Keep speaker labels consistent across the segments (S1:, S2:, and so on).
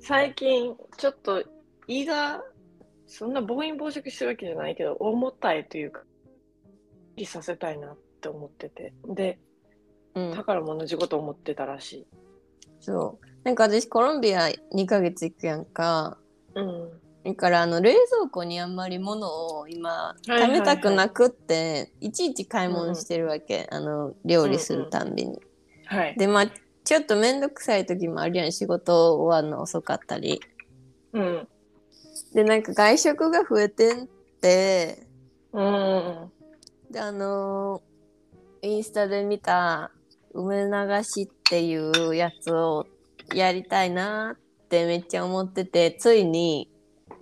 S1: 最近ちょっと胃がそんな暴飲暴食してるわけじゃないけど重たいというか理させたいなって思っててで
S2: うん
S1: 宝も同じこと思ってたらし
S2: そうなんか私コロンビア2ヶ月行くやんか
S1: い、うん、
S2: だからあの冷蔵庫にあんまり物を今
S1: いはいはい
S2: 食べたくなくって、いちいち買い物してるわけ、あの料理するたんびに、
S1: はい、
S2: でまあちょっと面倒くさい時もあるやん仕事終わるの遅かったり
S1: うん
S2: でなんか外食が増えてんって
S1: うん
S2: であのーインスタで見た梅流しっていうやつをやりたいなってめっちゃ思っててついに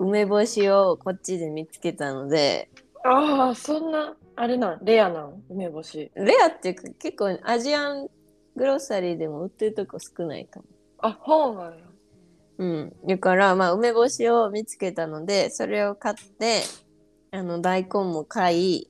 S2: 梅干しをこっちで見つけたので
S1: ああそんなあれなんレアなん梅干し
S2: レアっていうか結構アジアングロッサリーでも売ってるとこ少ないかも。
S1: あ本なんや
S2: うん、だから、まあ、梅干しを見つけたのでそれを買ってあの大根も買い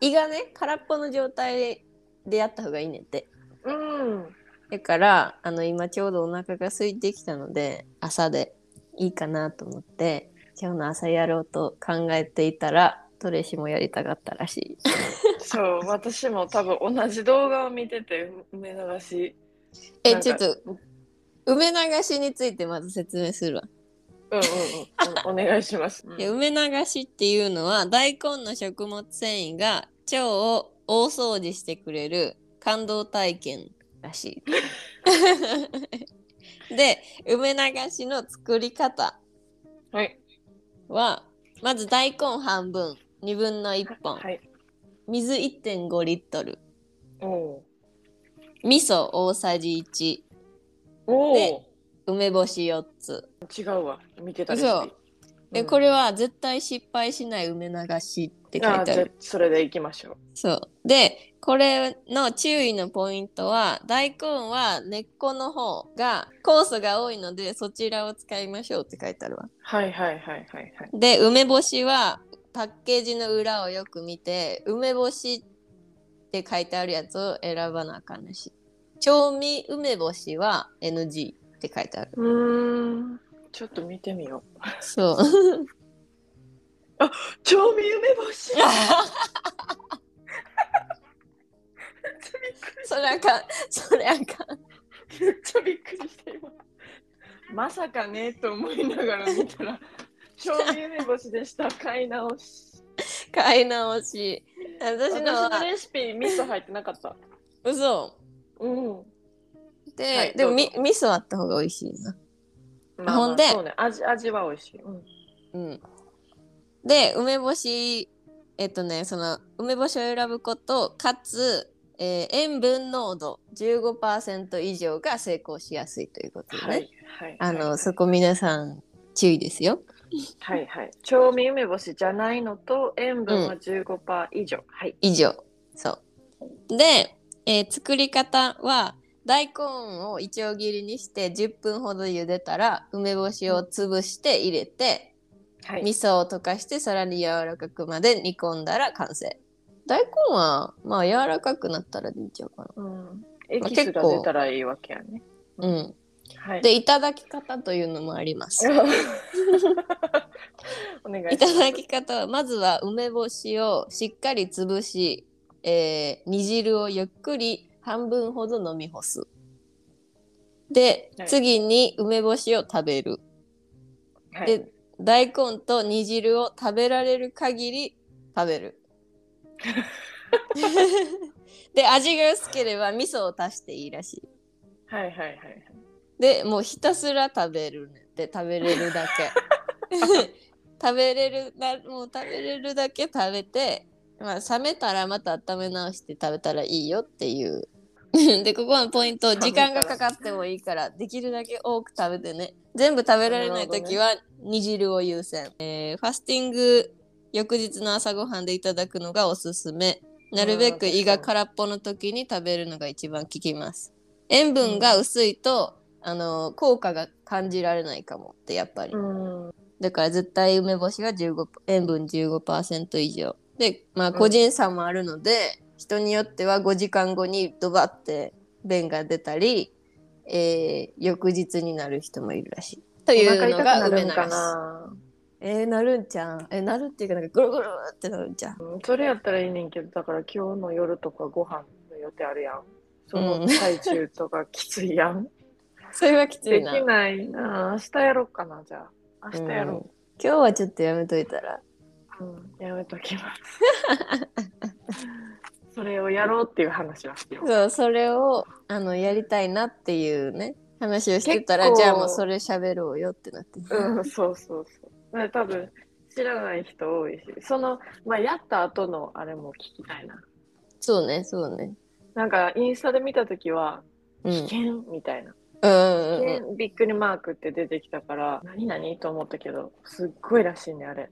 S2: 胃がね空っぽの状態でやった方がいいねんって
S1: うん
S2: だからあの今ちょうどお腹が空いてきたので朝でいいかなと思って今日の朝やろうと考えていたらトレシもやりたかったらしい
S1: そう私も多分同じ動画を見てて梅流し
S2: え
S1: なんか
S2: ちょっと梅流しについてまず説明するわ
S1: うんうんうんおお 願いします、うん
S2: で梅流しっていうのは大根の食物繊維が腸を大掃除してくれる感動体験らし い。で梅流しの作り方
S1: はい
S2: はまず大根半分2分の1本
S1: はい
S2: 水1.5リットル
S1: おお
S2: 味噌大さじ1
S1: お
S2: で
S1: お
S2: 梅干し4つ
S1: 違うわ見てたレシ
S2: 嘘
S1: ピ
S2: でこれは絶対失敗しない梅流しって書い
S1: あ
S2: て
S1: じ
S2: あ
S1: ゃあ
S2: る
S1: それでいきましょ
S2: そう。で、これの注意のポイントは、大根は根っこの方が酵素が多いので、そちらを使いましょうって書いてあるわ。
S1: うはいはいはいはいはい
S2: で、梅干しはパッケージの裏をよく見て、梅干しって書いてあるやつを選ばなあかんらし。い調味梅干しは NG って書いてある。
S1: うーんちょっと見てみよう
S2: そう。
S1: 調味梅干 しめっちゃびっくり
S2: それあかん。
S1: めっ
S2: それあかん。
S1: ちゃびっくりして今まさかねと思いながら見たら調味梅干しでした買い直し
S2: 買い直し。私
S1: 私
S2: の
S1: の
S2: は、
S1: レシピ味噌入ってなかった
S2: 嘘。
S1: うん
S2: で、
S1: はい
S2: でも
S1: どう
S2: み
S1: ぞ
S2: 味噌あった方が美味しいな。
S1: まあ
S2: ほんで
S1: まあそうね味味は美味しい、うん、
S2: うん。で、梅干し、えっとね、その梅干しを選ぶこと、かつ、えー塩分濃度15%以上が成功しやすいということでね。
S1: はいはい
S2: あ
S1: はい
S2: の、そこ皆さん注意ですよ。
S1: はいはい。調味梅干しじゃないのと塩分は15%以上。はい。
S2: 以上。そう。で、えー作り方は、大根をいちょう切りにして10分ほど茹でたら梅干しを潰して入れて
S1: はい。
S2: 味噌を溶かしてさらに柔らかくまで煮込んだら完成大根はまあ柔らかくなったらでいいんちゃうか
S1: うん。エ
S2: まあ
S1: キス
S2: 結
S1: が
S2: 構
S1: 出たらいいわけやね。
S2: なうん
S1: はい。
S2: でいただき方というのもありま す
S1: お願いします。
S2: いただき方はまずは梅干しをしっかり潰し、えー煮汁をゆっくり半分ほど飲み干すで、
S1: はい
S2: 次に梅干しを食べる、
S1: はい。
S2: で大根と煮汁を食べられる限り食 べるで味が薄ければ味噌を足していいらしい
S1: はいはいはいはい。
S2: でもうひたすら食べるねで食べれるだけ食べれるなもう食べれるだけ食べて、まあ、冷めたらまた温め直して食べたらいいよっていう でここのポイント
S1: 冷め
S2: 時
S1: たら
S2: 間がかかってもいいからできるだけ多く食べてね全部食べられない時は煮汁を優先、えーファスティング翌日の朝ごはんでいただくのがおすすめなるべ
S1: うん確
S2: く
S1: かに
S2: 胃が空っぽの時に食べるのが一番効きます塩分が薄いと、あの効果が感じられないかもってやっぱり、
S1: うん。
S2: だから絶対梅干しが15塩分15%以上でまあ個人差もあるので、人によっては5時間後にドバって便が出たりえー翌日になる人もいるらしい。というのが梅
S1: お
S2: 流
S1: 腹痛
S2: し
S1: くなるんか。な
S2: えー、なるんちゃん。えなるっていうか、なんかぐるぐるってなるんちゃん。
S1: うんそれやったらいいねんけどだから今日の夜とかご飯の予定あるやんそうの
S2: ん
S1: 最中とかきついや ん
S2: それはきつ
S1: で
S2: い
S1: き
S2: な。
S1: ないな明日やろうかなじゃあ明日や
S2: うん
S1: ろ
S2: 今日はちょっとやめといたら。
S1: う、うんやめときます それをやろうっていう話はしよう
S2: そう、それを、あの、やりたいなっていうね、話をしてたら、
S1: 結構
S2: じゃあもうそれ喋ろうよってなって。
S1: うん、そうそうそう。まあ、多分知らない人多いし、その、まあ、やった後のあれも聞きたいな。
S2: そうね、そうね。
S1: なんか、インスタで見たときは、
S2: うん。
S1: 危険みたいな。
S2: うんうん
S1: 危
S2: うん。
S1: 険びっくりマークって出てきたから、何何と思ったけど、すっごいらしいね、あれ。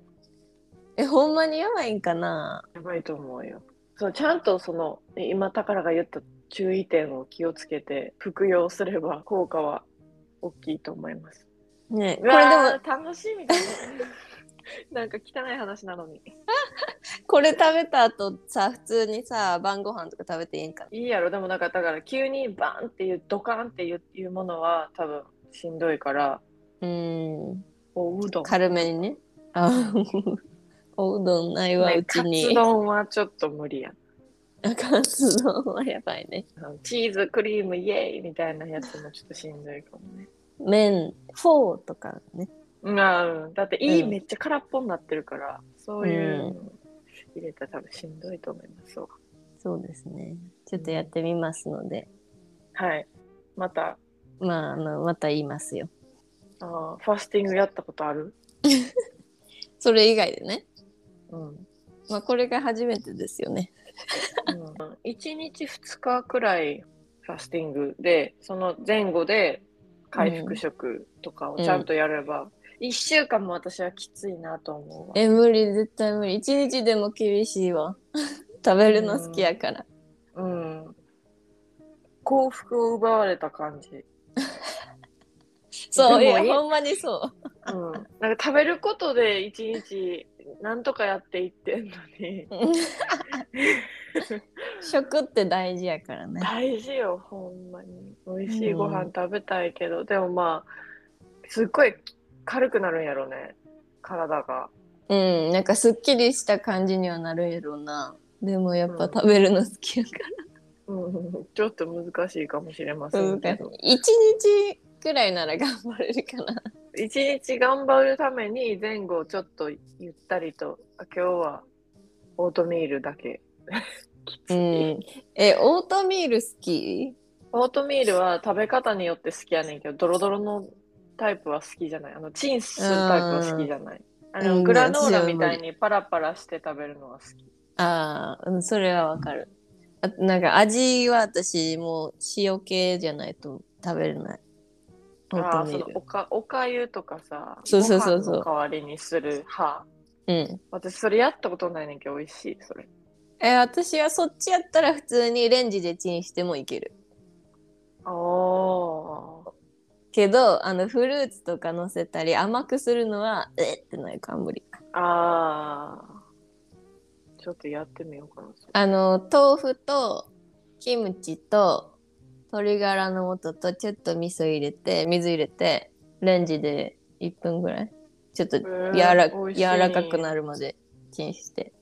S2: え、ほんまにやばいんかな
S1: やばいと思うよ。そう、ちゃんとその、今、宝が言った注意点を気をつけて、服用すれば効果は大きいと思います。
S2: ねこ
S1: こ
S2: れ
S1: れ
S2: で
S1: で
S2: も、
S1: も、楽しみだ ね。なんか汚い話なのに。
S2: これ食べた後さ、普通にさ、晩ご飯とか食べていいんかない
S1: いやろでもなんかだから急にバンっていうドカンっていういうものは多分しんどいから
S2: うん。
S1: おうどん
S2: 軽めにね。あ おうどんないわ、
S1: ね
S2: うち
S1: カツ
S2: に。
S1: 丼はちょっと無理や
S2: あ カツ丼はやばいね。
S1: なチーズクリームイエーイみたいなやつもちょっとしんどいかもね
S2: 麺、フォーとかね。
S1: うんあーだっていい、
S2: うん
S1: めっちゃ空っぽになってるからそういうの入れたら多分しんどいと思いますわ
S2: そうですね。ちょっとやってみますので、
S1: はいまた
S2: まあ、あの、また言いますよ。
S1: あーファスティングやったことある
S2: それ以外でね。
S1: うん、
S2: まあ、これが初めてですよね。
S1: 1日2日くらいファスティングでその前後で回復食とかをちゃんとやれば、1週間も私はきついなと思うわ
S2: え、無理、絶対無理。一日でも厳しいわ。 食べるの好きやから。
S1: うん幸福を奪われた感じ、
S2: そう、い
S1: でも
S2: や、
S1: いい
S2: ほんまに そう。
S1: うん、なんか食べることで1日なんとかやっていってんのに
S2: 食って大事やからね。
S1: 大事よほんまに美味しいご飯食べたいけど、でもまあすっごい軽くなるんやろね体が。
S2: うん、なんかすっきりした感じにはなるんやろうな。でもやっぱ食べるの好きやか
S1: うん ちょっと難しいかもしれませ
S2: ら。
S1: んけ
S2: 難
S1: ど、
S2: しい一日くらいなら頑張れるかな。
S1: 一日頑張るために前後ちょっとゆったりと、あ今日はオートミールだけ。きつ
S2: う
S1: い
S2: ん。え、オートミール好き
S1: オートミールは食べ方によって好きやねんけど、ドロドロのタイプは好きじゃない。あのチンするタイプは好きじゃない。あ
S2: う
S1: の
S2: ん
S1: グラノーラみたいにパラパラして食べるのは好き。
S2: ああ、うん、それはわかる。あなんか味は私もう塩系じゃないと食べれない。オー
S1: あ
S2: ト
S1: あ、そ
S2: ミ
S1: の
S2: ール
S1: お。かおかゆとかさ、
S2: そうそうそうそ
S1: ご
S2: う
S1: 飯の代わりにする派。
S2: うん。
S1: 私それやったことないねんけど、美味しい、それ。
S2: え、私はそっちやったら普通にレンジでチンしてもいける。
S1: ああ。
S2: けど、あの、フルーツとか乗せたり甘くするのは、えってなるから無理。
S1: ああ。ちょっとやってみようかな。それ
S2: あの、豆腐とキムチと鶏ガラの素とちょっと味噌入れて、水入れて、レンジで1分ぐらい。ちょっと柔ら,、
S1: えー美味しい
S2: 柔らかくなるまでチンして。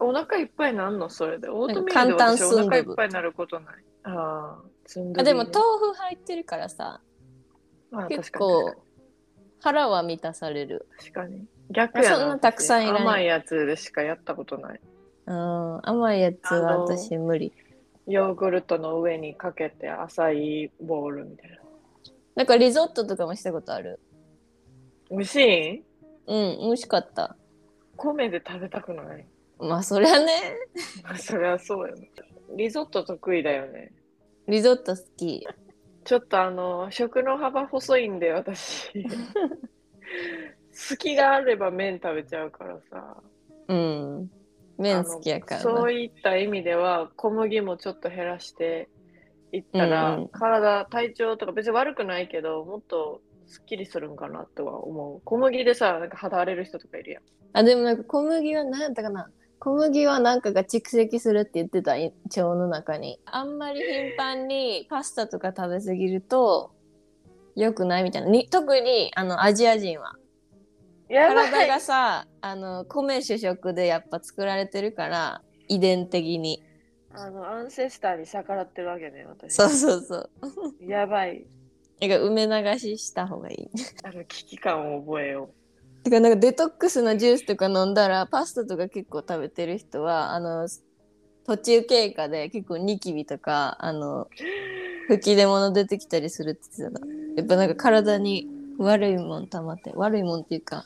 S1: お腹いっぱいなんのそれで。オートミー
S2: 簡
S1: ルで
S2: 単
S1: 私
S2: スン
S1: お
S2: ドゥブ
S1: 腹いっぱいになることない。ああ。積ん
S2: あでも豆
S1: と
S2: 腐入ってるからさ結
S1: 結
S2: 構腹は満たされる、
S1: 確かに。逆やな。
S2: そんなたくさんいらない
S1: 私甘いやつでしかやったことない。
S2: うん、甘いやつは
S1: あの
S2: 私無理
S1: ヨーグルトの上にかけて浅いボールみたいな。
S2: なんかリゾットとかもしたことある
S1: 美味しい
S2: うん美味しかった
S1: 米で食べたくない。
S2: まあそりゃね
S1: まあそりゃそうよね。リゾット得意だよね。
S2: リゾット好き
S1: ちょっとあの食の幅細いんで私 隙があれば麺食べちゃうからさ
S2: うん麺好きやから
S1: あ
S2: な
S1: のそういった意味では小麦もちょっと減らしていったら、
S2: うんうん
S1: 体体調とか別に悪くないけどもっとすっきりするんかなとは思う小麦でさなんか肌荒れる人とかいるやん
S2: あでもなんか小麦は何やったかな小麦はなんかが蓄積するって言ってたい腸の中にあんまり頻繁にパスタとか食べ過ぎると良くないみたいなに特にあのアジア人は
S1: やばい
S2: 体がさあの米主食でやっぱ作られてるから遺伝的に
S1: あのアンセスターに逆らってるわけね私
S2: そうそうそう
S1: やばい
S2: だから梅流しした方がいい
S1: あの危機感を覚えよ
S2: てかなんかデトックスのジュースとか飲んだらパスタとか結構食べてる人はあの途中経過で結構ニキビとかあの吹き出物出てきたりするって言ってたなやっぱなんか体に悪いもん溜まって悪いもんっていうか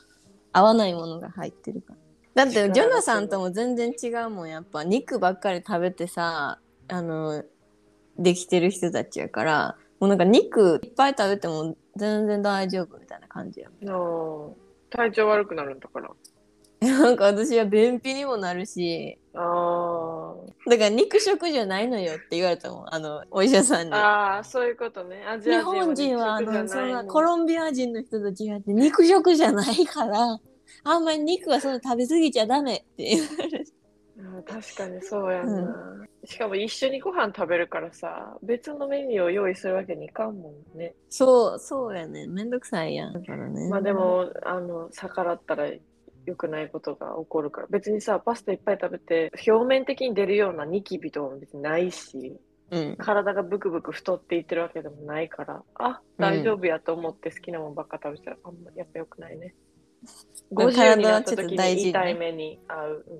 S2: 合わないものが入ってるからだってジョナサンとも全然違うもんやっぱ肉ばっかり食べてさあのできてる人たちやからもうなんか肉いっぱい食べても全然大丈夫みたいな感じや
S1: うの体調悪くなるんだから
S2: なんか私は便秘にもなるし、
S1: あ
S2: だから肉食じゃないのよって言われたもん、あの、お医者さん
S1: ー
S2: に。
S1: あーそういうことねアジ
S2: 日
S1: ア人
S2: 本人は、あの、そんなコ
S1: ロ
S2: ロンビア人の人と違って肉食じゃないから、あんまり肉はそんな食べ過ぎちゃダメって言われる。
S1: 確かにそうやんな、しかも一緒にご飯食べるからさ別のメニューを用意するわけにいかんもんね
S2: そう、そうやね。めんどくさいやん。だからね。
S1: まあで。もあの逆らったら良くないことが起こるから別にさパスタいっぱい食べて表面的に出るようなニキビとかも別にないし
S2: うん。
S1: 体がブクブク太っていってるわけでもないからあ大丈夫やと思って好きなもんばっか食べちゃう、あんまやっぱ良くないね
S2: まあ
S1: 50に
S2: 体
S1: な
S2: は
S1: っ
S2: ちょ
S1: た
S2: っと
S1: 時
S2: 大事
S1: に
S2: ね
S1: 痛い目に合う、うん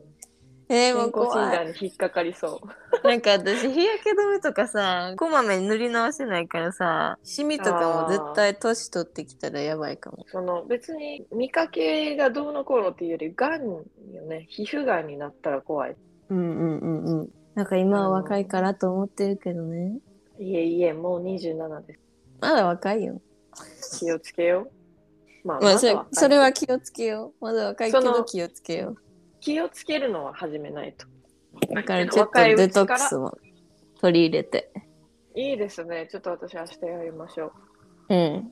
S2: えー、
S1: 健
S2: も
S1: 康
S2: う怖
S1: 診
S2: い。
S1: 断に引っかかりそう
S2: なんか私、日焼け止めとかさ、こまめに塗り直してないからさ、シミとかも絶対年取ってきたらやばいかも。
S1: その別に見かけがどうのこうのっていうよりがんよね皮膚がんになったら怖い
S2: うんうんうんうん。なんか今は若いからと思ってるけどね。
S1: いえいえもう27です
S2: まだ若いよ。
S1: 気をつけよう。まあ、
S2: まあ、
S1: ま
S2: そ
S1: ず
S2: れ
S1: は
S2: それは気をつけよう。まだ若いけ
S1: そ
S2: ど
S1: の
S2: 気をつけよ
S1: 気をつけるのは始めないと。
S2: う。だからちょっとデトックスも取り入れて。
S1: いいですね。ちょっと私明日やりましょ
S2: うん。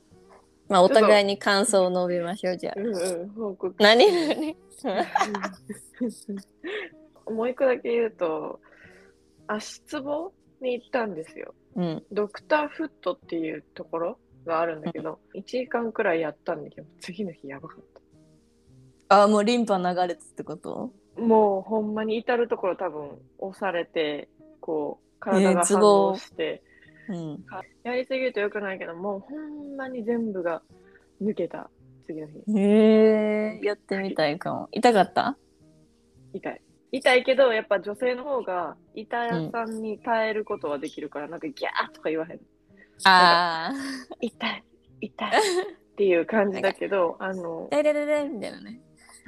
S2: まあ、お
S1: ちょっと
S2: 互いに感想を述べましょう、じゃあ
S1: う。。うんうん、報告。
S2: 何何
S1: もう一個だけ言うと、足つぼに行ったんですよ。
S2: うん。
S1: ドクターフットっていうところがあるんだけど、1時間くらいやったんだけど、次の日やばかっ
S2: あ、もうリンパ流れてってこと
S1: た。もうほんまに至るところ多分押されて、こう、体
S2: えー
S1: が
S2: ツ
S1: 反
S2: ボ
S1: 応して、
S2: うん。
S1: やりすぎると良くないけど、もうほんまに全部が抜けた、次の日。
S2: へえやってみたいかも。痛かった
S1: 痛い。痛いけど、やっぱ女性の方が痛屋さんに耐えることはできるから、なんかギャーとか言わへん。
S2: ああ。
S1: 痛い、痛いっていう感じだけ ど、あの、
S2: ででででみたいなね。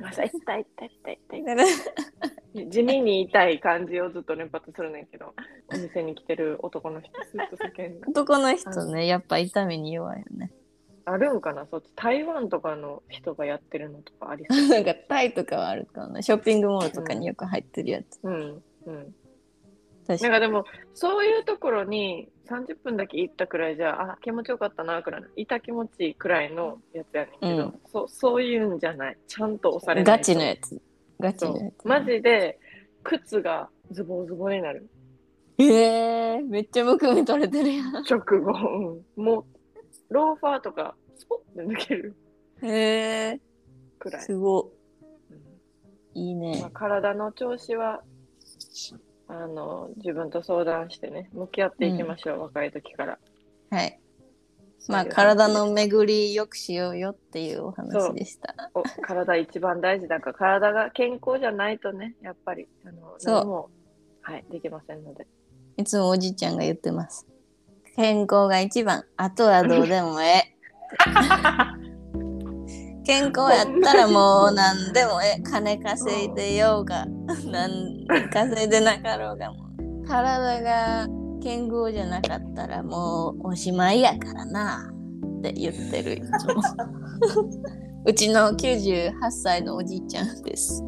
S1: 朝痛い、痛い、痛い、痛い。地味に痛い感じをずっと連発するねんけど、お店に来てる男の人、ずっと叫んで。
S2: 男の人ね、やっぱ痛みに弱いよね。
S1: あるんかなそっち、台湾とかの人がやってるのとかありそ
S2: なんかタイとかはあるかな。ショッピングモールとかによく入ってるやつ。
S1: う。うん、うん。
S2: 確
S1: なん
S2: か
S1: かでも、そういうところに30分だけ行ったくらいじゃ、あ、気持ちよかったな、くらいの、いた気持ちいいくらいのやつやねんけど、
S2: うん
S1: そうそういうんじゃない。ちゃんと押され
S2: に。
S1: ない
S2: ガ
S1: と。
S2: チのやつ。ガチ
S1: そ
S2: のや
S1: う。
S2: つ。
S1: マジで、靴がズボズボになる。
S2: ええめっちゃむくみ取れてるやん。
S1: 直後、うんもう、ローファーとか、スポッて抜ける
S2: ええ
S1: くらい。
S2: すご
S1: うん
S2: い。いい
S1: まあ
S2: ね。
S1: 体の調子は、あの、自分と相談してね、向き合っていきましょう、若い時から。
S2: はい。まあ、
S1: そういう話です
S2: 体の巡りよくしようよっていうお話でした。
S1: お体一番大事だから体が健康じゃないとねやっぱりあの
S2: そう
S1: 何も、はい、できませんので
S2: いつもおじいちゃんが言ってます。健康が一番、あとはどうでもええ。健康やったらもう何でもええ。金稼いでようが、何稼いでなかろうがもう。体が健康じゃなかったらもうおしまいやからな。って言ってるいつもうちの98歳のおじいちゃんです。